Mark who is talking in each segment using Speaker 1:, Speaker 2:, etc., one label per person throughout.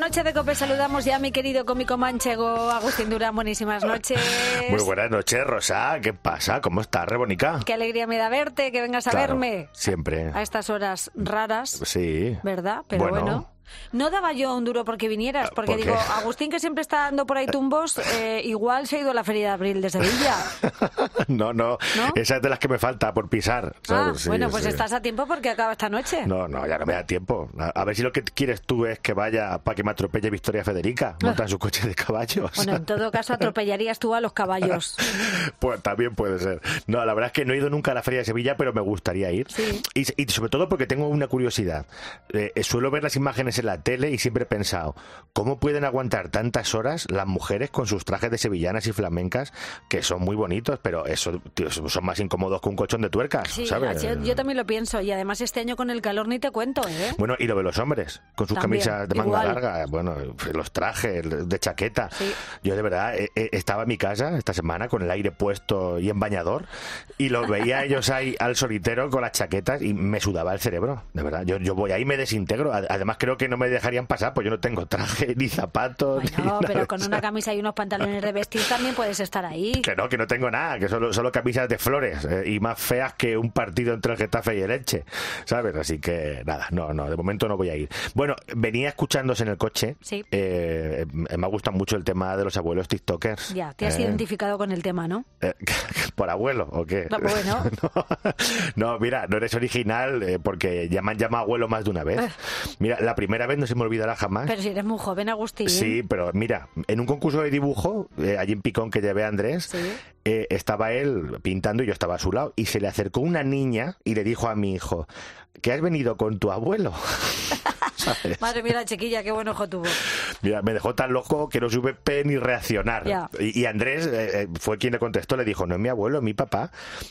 Speaker 1: noche de COPE saludamos ya a mi querido cómico manchego Agustín Durán. Buenísimas noches.
Speaker 2: Muy buenas noches, Rosa. ¿Qué pasa? ¿Cómo estás, Rebonica?
Speaker 1: Qué alegría me da verte, que vengas a
Speaker 2: Claro,
Speaker 1: verme.
Speaker 2: Siempre.
Speaker 1: A estas horas raras,
Speaker 2: Sí.
Speaker 1: ¿verdad? Pero bueno.
Speaker 2: Bueno. Ah,
Speaker 1: No daba yo un duro porque vinieras, porque
Speaker 2: ¿por qué?
Speaker 1: digo, Agustín que siempre está dando por ahí tumbos, eh, igual se ha ido a la Feria de Abril de Sevilla.
Speaker 2: no, no,
Speaker 1: ¿No?
Speaker 2: Esa es de las que me falta por pisar.
Speaker 1: Ah,
Speaker 2: ¿sabes? Sí,
Speaker 1: bueno, pues
Speaker 2: sí.
Speaker 1: estás a tiempo porque acaba esta noche.
Speaker 2: No, no, ya no me da tiempo. A, a ver si lo que quieres tú es que vaya para que me atropelle Victoria Federica. Monta en su coche de caballos.
Speaker 1: Ah. Bueno, en todo caso atropellarías tú a los caballos.
Speaker 2: Pues también puede ser. No, la verdad es que no he ido nunca a la Feria de Sevilla, pero me gustaría ir.
Speaker 1: Sí.
Speaker 2: Y, y sobre todo porque tengo una curiosidad. Eh, eh, suelo ver las imágenes en la tele y siempre he pensado, ¿cómo pueden aguantar tantas horas las mujeres con sus trajes de sevillanas y flamencas, que son muy bonitos, pero eso, tío, son más incómodos que un colchón de tuercas,
Speaker 1: Sí,
Speaker 2: ¿sabes?
Speaker 1: yo, yo también lo pienso. Y además este año con el calor ni te cuento, ¿eh?
Speaker 2: Bueno, y lo de los hombres, con sus
Speaker 1: También,
Speaker 2: camisas de manga
Speaker 1: igual.
Speaker 2: larga, bueno, pues los trajes, de chaqueta.
Speaker 1: Sí.
Speaker 2: Yo de verdad eh, eh, estaba en mi casa esta semana con el aire puesto y en bañador y los veía ellos ahí al solitero con las chaquetas y me sudaba el cerebro, de verdad. Yo, yo voy ahí y me desintegro. Ad- Además creo que no me dejarían pasar, pues yo no tengo traje ni zapatos. ni
Speaker 1: Bueno,
Speaker 2: nada.
Speaker 1: pero con una camisa y unos pantalones de vestir también puedes estar ahí.
Speaker 2: Que no, que no tengo nada, que solo, solo camisas de flores eh, y más feas que un partido entre el Getafe y el Elche, ¿sabes? Así que nada, no, no, de momento no voy a ir. Bueno, venía escuchándose en el coche.
Speaker 1: Sí.
Speaker 2: Eh, me me ha gustado mucho el tema de los abuelos TikTokers.
Speaker 1: Ya, te has
Speaker 2: Eh,
Speaker 1: identificado con el tema, ¿no?
Speaker 2: eh, ¿Por abuelo o qué?
Speaker 1: No, pues bueno.
Speaker 2: no, no, mira, no eres original eh, porque ya me han llamado abuelo más de una
Speaker 1: Ah.
Speaker 2: vez. Mira, la primera vez no se me olvidará jamás.
Speaker 1: Pero si eres muy joven, Agustín.
Speaker 2: Sí, pero mira, en un concurso de dibujo, eh, allí en Picón que llevé a Andrés,
Speaker 1: Sí.
Speaker 2: eh, estaba él pintando y yo estaba a su lado. Y se le acercó una niña y le dijo a mi hijo, que has venido con tu abuelo. ¿Sabes?
Speaker 1: Madre mía, la chiquilla, qué buen ojo tuvo.
Speaker 2: Mira, me dejó tan loco que no supe pe- ni reaccionar.
Speaker 1: Ya.
Speaker 2: Y, y Andrés eh, eh, fue quien le contestó, le dijo, no es mi abuelo, es mi papá.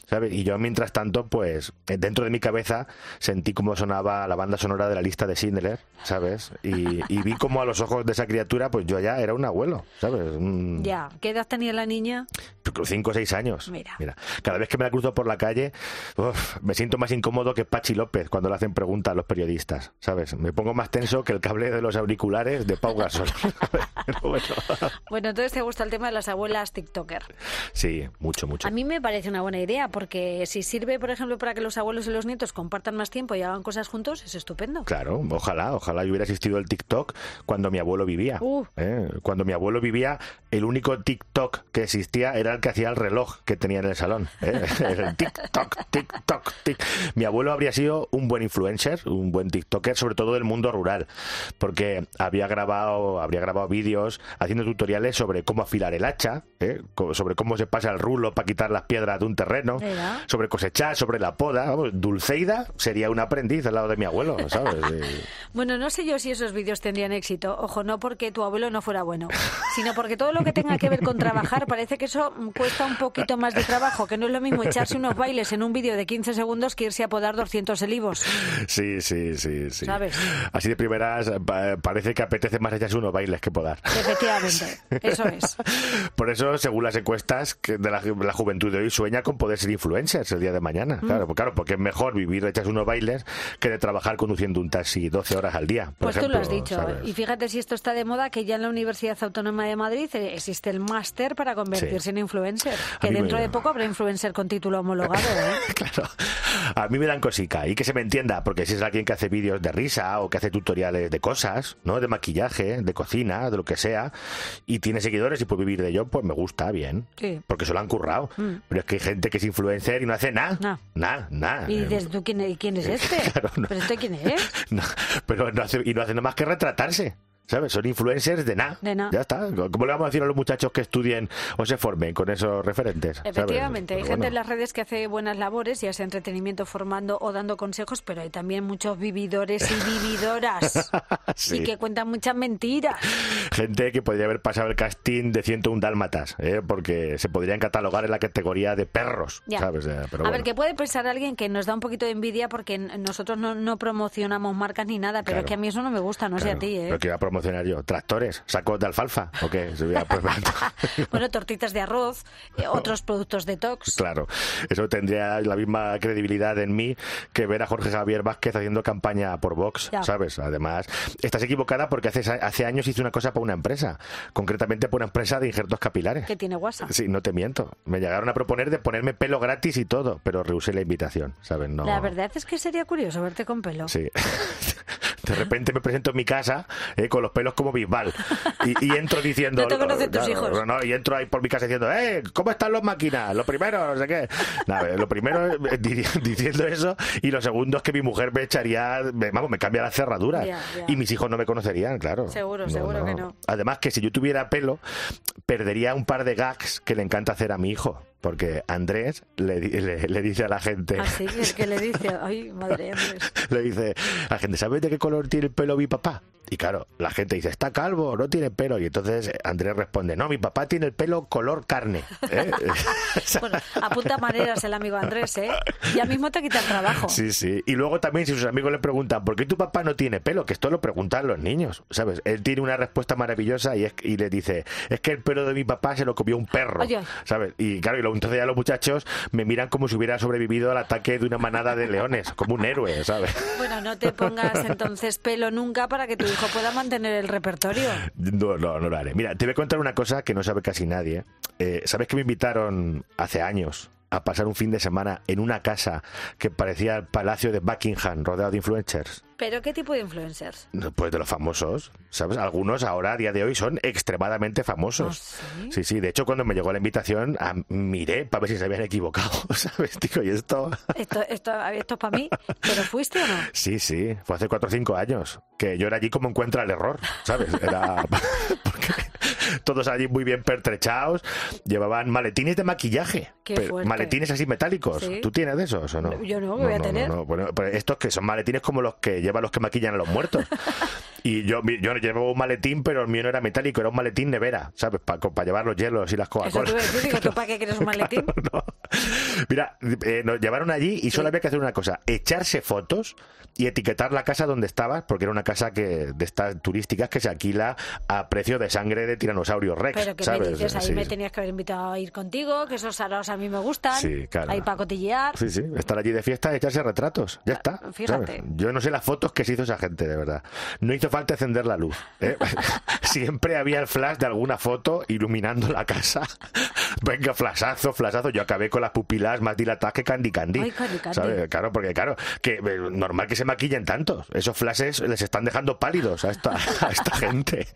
Speaker 2: ¿sabes? Y yo, mientras tanto, pues eh, dentro de mi cabeza sentí cómo sonaba la banda sonora de la lista de Schindler, ¿sabes? Y, y vi cómo a los ojos de esa criatura, pues yo ya era un abuelo, ¿sabes? Un-
Speaker 1: Ya, ¿qué edad tenía la niña?
Speaker 2: cinco o seis años.
Speaker 1: Mira.
Speaker 2: Cada vez que me la cruzo por la calle, uf, me siento más incómodo que Pachi López cuando le hacen preguntas a los periodistas, ¿sabes? Me pongo más tenso que el cable de los auriculares de Pau Gasol. Pero bueno,
Speaker 1: Bueno, entonces te gusta el tema de las abuelas TikToker.
Speaker 2: sí, mucho, mucho.
Speaker 1: A mí me parece una buena idea porque si sirve, por ejemplo, para que los abuelos y los nietos compartan más tiempo y hagan cosas juntos, es estupendo.
Speaker 2: Claro, ojalá, ojalá yo hubiera existido el TikTok cuando mi abuelo vivía.
Speaker 1: Uh.
Speaker 2: ¿eh? Cuando mi abuelo vivía, el único TikTok que existía era el que hacía el reloj que tenía en el salón. ¿eh? El TikTok, TikTok, tic. Mi abuelo habría sido un buen influencer, un buen TikToker, sobre todo del mundo rural, porque había grabado, habría grabado vídeos haciendo tutoriales sobre cómo afilar el hacha, ¿eh? Co- sobre cómo se pasa el rulo para quitar las piedras de un terreno
Speaker 1: Mira.
Speaker 2: sobre cosechar, sobre la poda. Vamos, Dulceida sería un aprendiz al lado de mi abuelo, ¿sabes? Eh,
Speaker 1: Bueno, no sé yo si esos vídeos tendrían éxito. Ojo, no porque tu abuelo no fuera bueno, sino porque todo lo que tenga que ver con trabajar parece que eso mm, cuesta un poquito más de trabajo, que no es lo mismo echarse unos bailes en un vídeo de 15 segundos que irse a podar 200 olivos.
Speaker 2: Sí, sí, sí, sí.
Speaker 1: ¿Sabes?
Speaker 2: Así de primeras pa- parece que apetece más echarse unos bailes que podar.
Speaker 1: Efectivamente, eso es.
Speaker 2: Por eso, según las encuestas que de la, ju- la juventud de hoy, sueña con poder ser influencers el día de mañana.
Speaker 1: Mm.
Speaker 2: Claro, pues claro, porque es mejor vivir echarse unos bailes que de trabajar conduciendo un taxi 12 horas al día. por
Speaker 1: Pues tú lo
Speaker 2: ejemplo,
Speaker 1: has dicho.
Speaker 2: ¿sabes?
Speaker 1: Y fíjate si esto está de moda, que ya en la Universidad Autónoma de Madrid eh, existe el máster para convertirse
Speaker 2: Sí.
Speaker 1: en influencer. Que
Speaker 2: mí me-
Speaker 1: dentro de poco habrá influencer con título homologado. ¿eh?
Speaker 2: Claro. A mí me dan cosica y que se me entienda, porque si es alguien que hace vídeos de risa o que hace tutoriales de cosas, ¿no? De maquillaje, de cocina, de lo que sea, y tiene seguidores y puede vivir de ello, pues me gusta, bien.
Speaker 1: Sí. Mm.
Speaker 2: Porque se lo han currado. Pero es que hay gente que es influencer y no hace nada.
Speaker 1: No.
Speaker 2: Nada, nada.
Speaker 1: Y dices, ¿tú quién, y quién es este?
Speaker 2: Eh, Claro, no.
Speaker 1: ¿Pero este quién es?
Speaker 2: No, pero no hace, y no hace nada más que retratarse. ¿Sabes? Son influencers de nada.
Speaker 1: De na.
Speaker 2: Ya está. ¿Cómo le vamos a decir a los muchachos que estudien o se formen con esos referentes? ¿Sabes?
Speaker 1: Efectivamente, hay
Speaker 2: Pero
Speaker 1: gente
Speaker 2: bueno.
Speaker 1: en las redes que hace buenas labores, ya sea entretenimiento, formando o dando consejos, pero hay también muchos vividores y vividoras
Speaker 2: Sí.
Speaker 1: y que cuentan muchas mentiras.
Speaker 2: Gente que podría haber pasado el casting de 101 dálmatas, ¿eh? porque se podrían catalogar en la categoría de perros,
Speaker 1: Ya.
Speaker 2: ¿sabes? Eh, Pero
Speaker 1: a
Speaker 2: bueno.
Speaker 1: ver, que puede pensar alguien que nos da un poquito de envidia porque n- nosotros no, no promocionamos marcas ni nada, pero
Speaker 2: Claro.
Speaker 1: es que a mí eso no me gusta, no sé a
Speaker 2: Claro.
Speaker 1: ti, ¿eh?
Speaker 2: Pero que va a promocionar yo? ¿Tractores? ¿Sacos de alfalfa? ¿O qué? Se hubiera puesto-
Speaker 1: bueno, tortitas de arroz, eh, otros productos detox.
Speaker 2: Pues Claro, eso tendría la misma credibilidad en mí que ver a Jorge Javier Vázquez haciendo campaña por Vox,
Speaker 1: Ya.
Speaker 2: ¿sabes? Además, estás equivocada porque hace, hace años hice una cosa para una empresa, concretamente para una empresa de injertos capilares.
Speaker 1: que tiene WhatsApp.
Speaker 2: Sí, no te miento. Me llegaron a proponer de ponerme pelo gratis y todo, pero rehusé la invitación, ¿sabes? No.
Speaker 1: La verdad es que sería curioso verte con pelo.
Speaker 2: Sí. De repente me presento en mi casa eh, con los pelos como bisbal y, y entro diciendo...
Speaker 1: No te conocen tus
Speaker 2: Claro,
Speaker 1: hijos.
Speaker 2: no, y entro ahí por mi casa diciendo, ¡eh! ¿Cómo están los máquinas? Lo primero, no sé qué. Nada, eh, lo primero es di- diciendo eso y lo segundo es que mi mujer me echaría, me- vamos, me cambia la cerradura
Speaker 1: Ya, ya.
Speaker 2: y mis hijos no me conocerían, claro.
Speaker 1: Seguro, seguro que no.
Speaker 2: Además que si yo tuviera pelo, perdería un par de gags que le encanta hacer a mi hijo. Porque Andrés le, di- le- le dice a la gente...
Speaker 1: Así que el que le dice, ay, madre Andrés.
Speaker 2: Le dice a la gente, ¿sabes de qué color tiene el pelo mi papá? Y claro, la gente dice, está calvo, no tiene pelo. Y entonces Andrés responde, no, mi papá tiene el pelo color carne. ¿Eh?
Speaker 1: Bueno, apunta maneras el amigo Andrés, ¿eh? Ya mismo te quita el trabajo.
Speaker 2: Sí, sí. Y luego también si sus amigos le preguntan, ¿por qué tu papá no tiene pelo? Que esto lo preguntan los niños, ¿sabes? Él tiene una respuesta maravillosa y, es, y le dice, es que el pelo de mi papá se lo comió un perro,
Speaker 1: Oye.
Speaker 2: ¿sabes? Y claro, y luego entonces ya los muchachos me miran como si hubiera sobrevivido al ataque de una manada de leones, como un héroe, ¿sabes?
Speaker 1: Bueno, no te pongas entonces pelo nunca para que tu hijo pueda mantener el repertorio.
Speaker 2: No, no, no lo haré. Mira, te voy a contar una cosa que no sabe casi nadie. Eh, ¿Sabes que me invitaron hace años a pasar un fin de semana en una casa que parecía el palacio de Buckingham, rodeado de influencers?
Speaker 1: ¿Pero qué tipo de influencers?
Speaker 2: No, Pues de los famosos, ¿sabes? Algunos ahora, a día de hoy, son extremadamente famosos.
Speaker 1: ¿Ah, sí?
Speaker 2: sí, de hecho, cuando me llegó la invitación, ah, miré para ver si se habían equivocado, ¿sabes? Digo, ¿y esto?
Speaker 1: Esto, esto, esto es para mí, pero fuiste o no?
Speaker 2: Sí, sí, fue hace cuatro o cinco años, que yo era allí como encuentra el error, ¿sabes? Era porque todos allí muy bien pertrechados, llevaban maletines de maquillaje,
Speaker 1: Qué
Speaker 2: pero
Speaker 1: fuerte.
Speaker 2: maletines así metálicos.
Speaker 1: Sí.
Speaker 2: ¿Tú tienes de esos o no?
Speaker 1: Yo no, ¿qué voy a tener?
Speaker 2: Bueno, pero estos que son maletines como los que llevan los que maquillan a los muertos. Y yo, mi- yo llevaba un maletín, pero el mío no era metálico, era un maletín nevera, ¿sabes? Para llevar los hielos y las
Speaker 1: Eso
Speaker 2: Coca-Cola.
Speaker 1: te iba a decir, digo, ¿tú para qué quieres un maletín?
Speaker 2: No. Mira, eh, nos llevaron allí y solo había que hacer una cosa, echarse fotos y etiquetar la casa donde estabas, porque era una casa que de estas turísticas que se alquila a precio de sangre de tiranosaurio rex,
Speaker 1: Pero que me
Speaker 2: ¿sabes?
Speaker 1: dices, ahí
Speaker 2: Sí,
Speaker 1: me
Speaker 2: sí.
Speaker 1: tenías que haber invitado a ir contigo, que esos saraos a mí me gustan,
Speaker 2: Sí, claro.
Speaker 1: ahí para cotillear.
Speaker 2: Sí, sí, estar allí de fiesta, echarse retratos, ya está. ¿sabes?
Speaker 1: Ah, Fíjate.
Speaker 2: Yo no sé las fotos que se hizo esa gente, de verdad. No hizo falta encender la luz. ¿eh? Siempre había el flash de alguna foto iluminando la casa. Venga, flashazo, flashazo. Yo acabé con las pupilas más dilatadas que Candy Candy.
Speaker 1: Ay, Candy Candy.
Speaker 2: ¿sabes? Claro, porque claro, que eh, normal que se maquillen tantos. Esos flashes les están dejando pálidos a esta, a esta gente.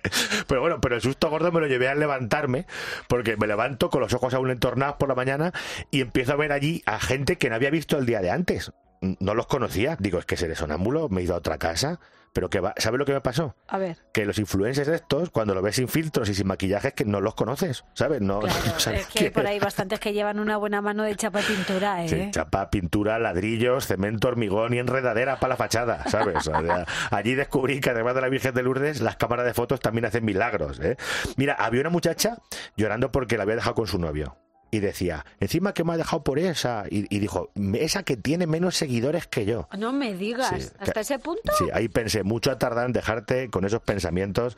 Speaker 2: Pero bueno, pero el susto gordo me lo llevé al levantarme, porque me levanto con los ojos aún entornados por la mañana y empiezo a ver allí a gente que no había visto el día de antes. No los conocía. Digo, es que seré sonámbulo, me he ido a otra casa. Pero que va, ¿sabe lo que me pasó?
Speaker 1: A ver,
Speaker 2: Que los influencers estos, cuando los ves sin filtros y sin maquillajes, que no los conoces, ¿sabes? No,
Speaker 1: claro,
Speaker 2: no sabes
Speaker 1: es que hay
Speaker 2: quién
Speaker 1: por
Speaker 2: es.
Speaker 1: ahí bastantes que llevan una buena mano de chapa y pintura, ¿eh?
Speaker 2: Sí, chapa, pintura, ladrillos, cemento, hormigón y enredadera para la fachada, ¿sabes? O sea, allí descubrí que además de la Virgen de Lourdes, las cámaras de fotos también hacen milagros, ¿eh? Mira, había una muchacha llorando porque la había dejado con su novio. Y decía, encima que me ha dejado por esa. Y, y dijo, esa que tiene menos seguidores que yo.
Speaker 1: No me digas,
Speaker 2: Sí,
Speaker 1: hasta
Speaker 2: que-
Speaker 1: ese punto.
Speaker 2: Sí, ahí pensé, mucho ha tardado en dejarte con esos pensamientos,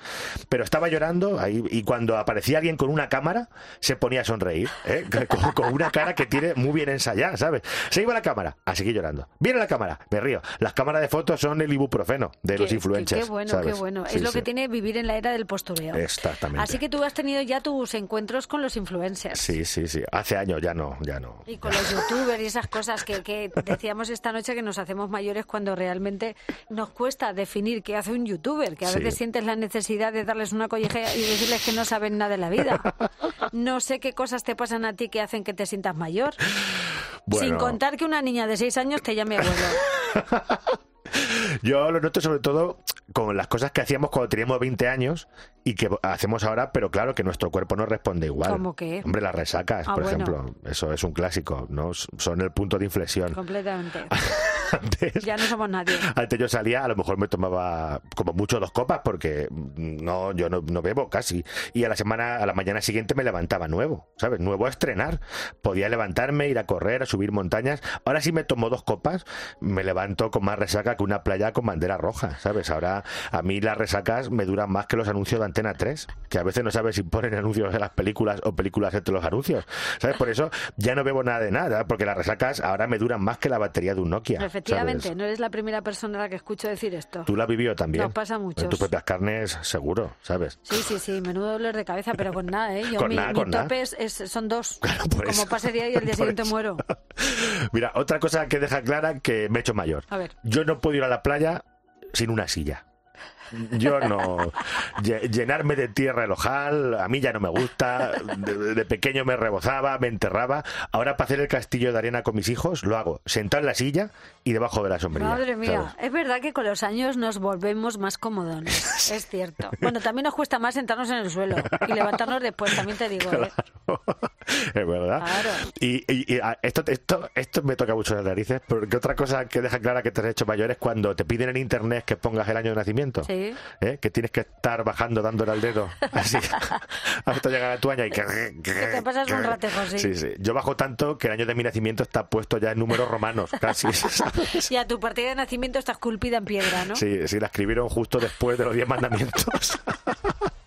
Speaker 2: pero estaba llorando ahí, y cuando aparecía alguien con una cámara, se ponía a sonreír, ¿eh? con, con una cara que tiene muy bien ensayada, ¿sabes? Se iba la cámara, así que llorando. Viene la cámara, me río. Las cámaras de fotos son el ibuprofeno de
Speaker 1: Que-
Speaker 2: los
Speaker 1: que-
Speaker 2: influencers.
Speaker 1: Qué bueno,
Speaker 2: ¿sabes?
Speaker 1: qué bueno.
Speaker 2: Sí,
Speaker 1: es lo
Speaker 2: sí.
Speaker 1: que tiene vivir en la era del postureo.
Speaker 2: Exactamente.
Speaker 1: Así que tú has tenido ya tus encuentros con los influencers.
Speaker 2: Sí, sí, sí. Hace años ya no, ya no.
Speaker 1: Y con los youtubers y esas cosas que, que decíamos esta noche que nos hacemos mayores cuando realmente nos cuesta definir qué hace un youtuber, que a
Speaker 2: Sí.
Speaker 1: veces sientes la necesidad de darles una colleja y decirles que no saben nada de la vida. No sé qué cosas te pasan a ti que hacen que te sientas mayor. Sin
Speaker 2: Bueno.
Speaker 1: contar que una niña de seis años te llame abuelo.
Speaker 2: Yo lo noto sobre todo con las cosas que hacíamos cuando teníamos 20 años y que hacemos ahora, pero claro que nuestro cuerpo no responde igual.
Speaker 1: ¿Cómo qué?
Speaker 2: Hombre, las resacas,
Speaker 1: Ah,
Speaker 2: por
Speaker 1: bueno.
Speaker 2: ejemplo. Eso es un clásico, ¿no? S- Son el punto de inflexión.
Speaker 1: Completamente.
Speaker 2: antes.
Speaker 1: Ya no somos nadie.
Speaker 2: Antes yo salía, a lo mejor me tomaba como mucho dos copas porque mm, no, yo no, no bebo casi. Y a la semana, a la mañana siguiente me levantaba nuevo, ¿sabes? Nuevo a estrenar. Podía levantarme, ir a correr, a subir montañas. Ahora sí me tomo dos copas, me levanto con más resaca que una playa con bandera roja, ¿sabes? Ahora a mí las resacas me duran más que los anuncios de Antena 3, que a veces no sabes si ponen anuncios en las películas o películas entre los anuncios, ¿sabes? Por eso ya no bebo nada de nada, porque las resacas ahora me duran más que la batería de un Nokia.
Speaker 1: Efectivamente,
Speaker 2: ¿sabes?
Speaker 1: no eres la primera persona a la que escucho decir esto.
Speaker 2: Tú la has vivido también.
Speaker 1: Nos pasa a muchos.
Speaker 2: En tus propias carnes, seguro, ¿sabes?
Speaker 1: Sí, sí, sí, menudo dolor de cabeza, pero con nada, ¿eh? Yo
Speaker 2: Con
Speaker 1: mi,
Speaker 2: nada,
Speaker 1: mi
Speaker 2: con nada.
Speaker 1: tope es- es- son dos.
Speaker 2: Claro, por
Speaker 1: Como
Speaker 2: eso.
Speaker 1: pase día y el
Speaker 2: Por
Speaker 1: día siguiente
Speaker 2: eso.
Speaker 1: muero.
Speaker 2: Pues, Mira, otra cosa que deja clara que me he hecho mayor.
Speaker 1: A ver.
Speaker 2: Yo no puedo ir a la playa sin una silla. Yo no. Lle- Llenarme de tierra el ojal, a mí ya no me gusta. De, de pequeño me rebozaba, me enterraba. Ahora para hacer el castillo de arena con mis hijos, lo hago sentado en la silla y debajo de la sombrilla.
Speaker 1: Madre mía,
Speaker 2: ¿sabes?
Speaker 1: es verdad que con los años nos volvemos más comodones, es cierto. Bueno, también nos cuesta más sentarnos en el suelo y levantarnos después, también te digo. ¿eh?
Speaker 2: Claro. Es verdad.
Speaker 1: Claro.
Speaker 2: Y, y- y, ah, esto, esto, esto me toca mucho las narices, porque otra cosa que deja clara que te has hecho mayor es cuando te piden en internet que pongas el año de nacimiento.
Speaker 1: Sí.
Speaker 2: ¿eh? que tienes que estar bajando dándole al dedo así hasta llegar a tu año y que,
Speaker 1: te pasas un ratejo, sí.
Speaker 2: sí yo bajo tanto que el año de mi nacimiento está puesto ya en números romanos casi ¿sabes?
Speaker 1: Y a tu partida de nacimiento está esculpida en piedra, ¿no?
Speaker 2: sí sí la escribieron justo después de los diez mandamientos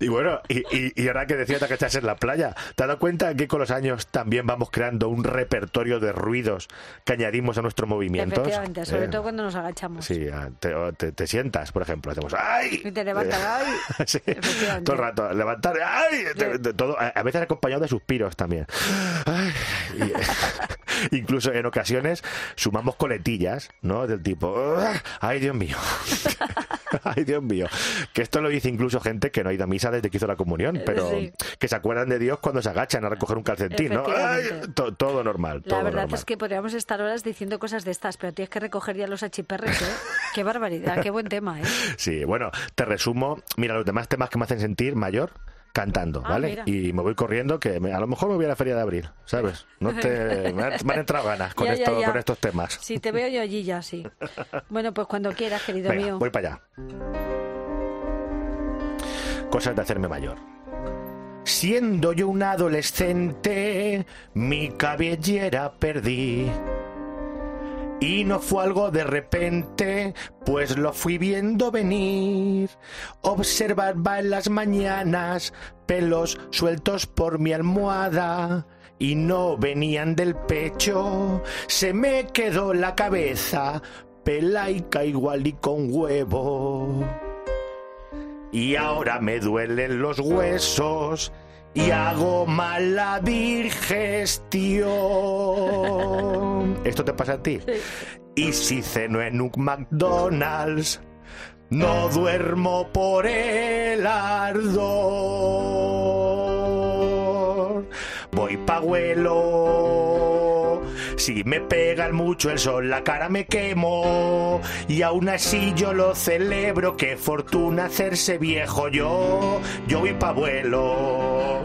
Speaker 2: Y bueno, y, y- y ahora que decías que estás en la playa, ¿te has dado cuenta que con los años también vamos creando un repertorio de ruidos que añadimos a nuestros movimientos?
Speaker 1: Efectivamente, sobre
Speaker 2: Eh,
Speaker 1: todo cuando nos agachamos.
Speaker 2: Sí, ah, te, o te- te sientas, por ejemplo, hacemos ¡ay!
Speaker 1: Y te levantas,
Speaker 2: Eh.
Speaker 1: ¡ay!
Speaker 2: Sí,
Speaker 1: Efectivamente.
Speaker 2: todo el rato, levantar, ¡ay! Te-
Speaker 1: Sí.
Speaker 2: te- todo, a a veces acompañado de suspiros también. Ay, y- incluso en ocasiones sumamos coletillas, ¿no? Del tipo, ¡ay, Dios mío! ¡Ay, Dios mío! Que esto lo dice incluso gente que no ha ido a misa desde que hizo la comunión, pero
Speaker 1: Eh, Sí.
Speaker 2: que se acuerdan de Dios cuando se agachan a recoger un calcetín, ¿no? ¡Ay!
Speaker 1: Efectivamente.
Speaker 2: To- todo normal,
Speaker 1: La
Speaker 2: todo
Speaker 1: verdad
Speaker 2: normal.
Speaker 1: es que podríamos estar horas diciendo cosas de estas, pero tienes que recoger ya los achiperres, ¿eh? Qué barbaridad, qué buen tema, ¿eh?
Speaker 2: Sí, bueno, te resumo. Mira, los demás temas que me hacen sentir mayor cantando,
Speaker 1: Ah,
Speaker 2: ¿vale?
Speaker 1: mira.
Speaker 2: Y me voy corriendo, que me- a lo mejor me voy a la feria de abril, ¿sabes? No te, me, han, me han entrado ganas con,
Speaker 1: Ya, ya,
Speaker 2: esto,
Speaker 1: ya.
Speaker 2: con estos temas.
Speaker 1: Sí, te veo yo allí ya, sí. Bueno, pues cuando quieras, querido
Speaker 2: Venga,
Speaker 1: mío.
Speaker 2: voy para allá. Cosas de hacerme mayor. Siendo yo un adolescente, mi cabellera perdí. Y no fue algo de repente, pues lo fui viendo venir. Observaba en las mañanas pelos sueltos por mi almohada y no venían del pecho. Se me quedó la cabeza pelaica igual y con huevo. Y ahora me duelen los huesos y hago mala digestión. ¿Esto te pasa a ti? Y si ceno en un McDonald's, no duermo por el ardor. Voy pa'guelo. Si me pega mucho el sol, la cara me quemo. Y aún así yo lo celebro. Qué fortuna hacerse viejo yo. Yo voy pa'guelo.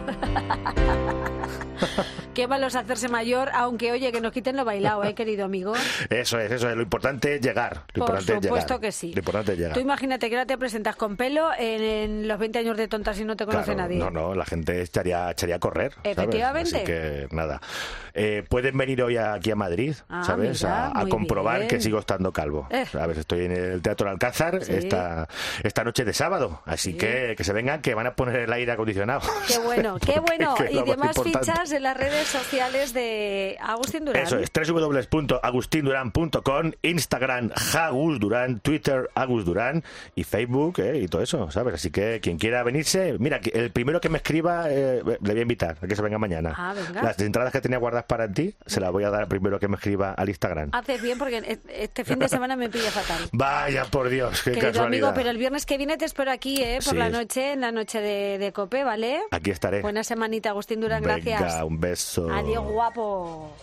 Speaker 1: Qué malos hacerse mayor, aunque oye, que nos quiten lo bailado, ¿eh, querido amigo?
Speaker 2: Eso es, eso es. Lo importante es llegar. Lo
Speaker 1: Por
Speaker 2: importante es
Speaker 1: supuesto
Speaker 2: llegar.
Speaker 1: que sí.
Speaker 2: Lo importante es llegar.
Speaker 1: Tú imagínate que ahora te presentas con pelo en, en los 20 años de tontas y no te conoce
Speaker 2: Claro,
Speaker 1: nadie.
Speaker 2: No, no, la gente echaría, echaría a correr. ¿sabes?
Speaker 1: Efectivamente.
Speaker 2: Así que nada. Eh, pueden venir hoy aquí a Madrid,
Speaker 1: Ah,
Speaker 2: ¿sabes?
Speaker 1: mira,
Speaker 2: a, a
Speaker 1: muy
Speaker 2: comprobar
Speaker 1: bien.
Speaker 2: que sigo estando calvo.
Speaker 1: Eh.
Speaker 2: A ver, estoy en el Teatro Alcázar
Speaker 1: Sí.
Speaker 2: esta, esta noche de sábado. Así que que se vengan, que van a poner el aire acondicionado.
Speaker 1: Qué bueno, qué
Speaker 2: Porque
Speaker 1: bueno.
Speaker 2: es lo
Speaker 1: Y
Speaker 2: más
Speaker 1: demás
Speaker 2: importante.
Speaker 1: fichas en las redes sociales de Agustín Durán.
Speaker 2: Eso es, www.agustinduran.com, Instagram, Jagus Durán, Twitter, Agus Durán y Facebook eh, y todo eso, ¿sabes? Así que quien quiera venirse, mira, que el primero que me escriba eh, le voy a invitar a que se venga mañana.
Speaker 1: Ah, venga.
Speaker 2: Las entradas que tenía guardadas para ti se las voy a dar al primero que me escriba al Instagram.
Speaker 1: Haces bien porque e- este fin de semana me pilla fatal.
Speaker 2: Vaya por Dios, qué
Speaker 1: Querido
Speaker 2: casualidad.
Speaker 1: amigo, pero el viernes que viene te espero aquí, ¿eh? Por
Speaker 2: Sí.
Speaker 1: la noche, en la noche de, de Cope, ¿vale?
Speaker 2: Aquí estaré.
Speaker 1: Buena semanita, Agustín Durán,
Speaker 2: Venga,
Speaker 1: gracias.
Speaker 2: un beso.
Speaker 1: Adiós, guapo.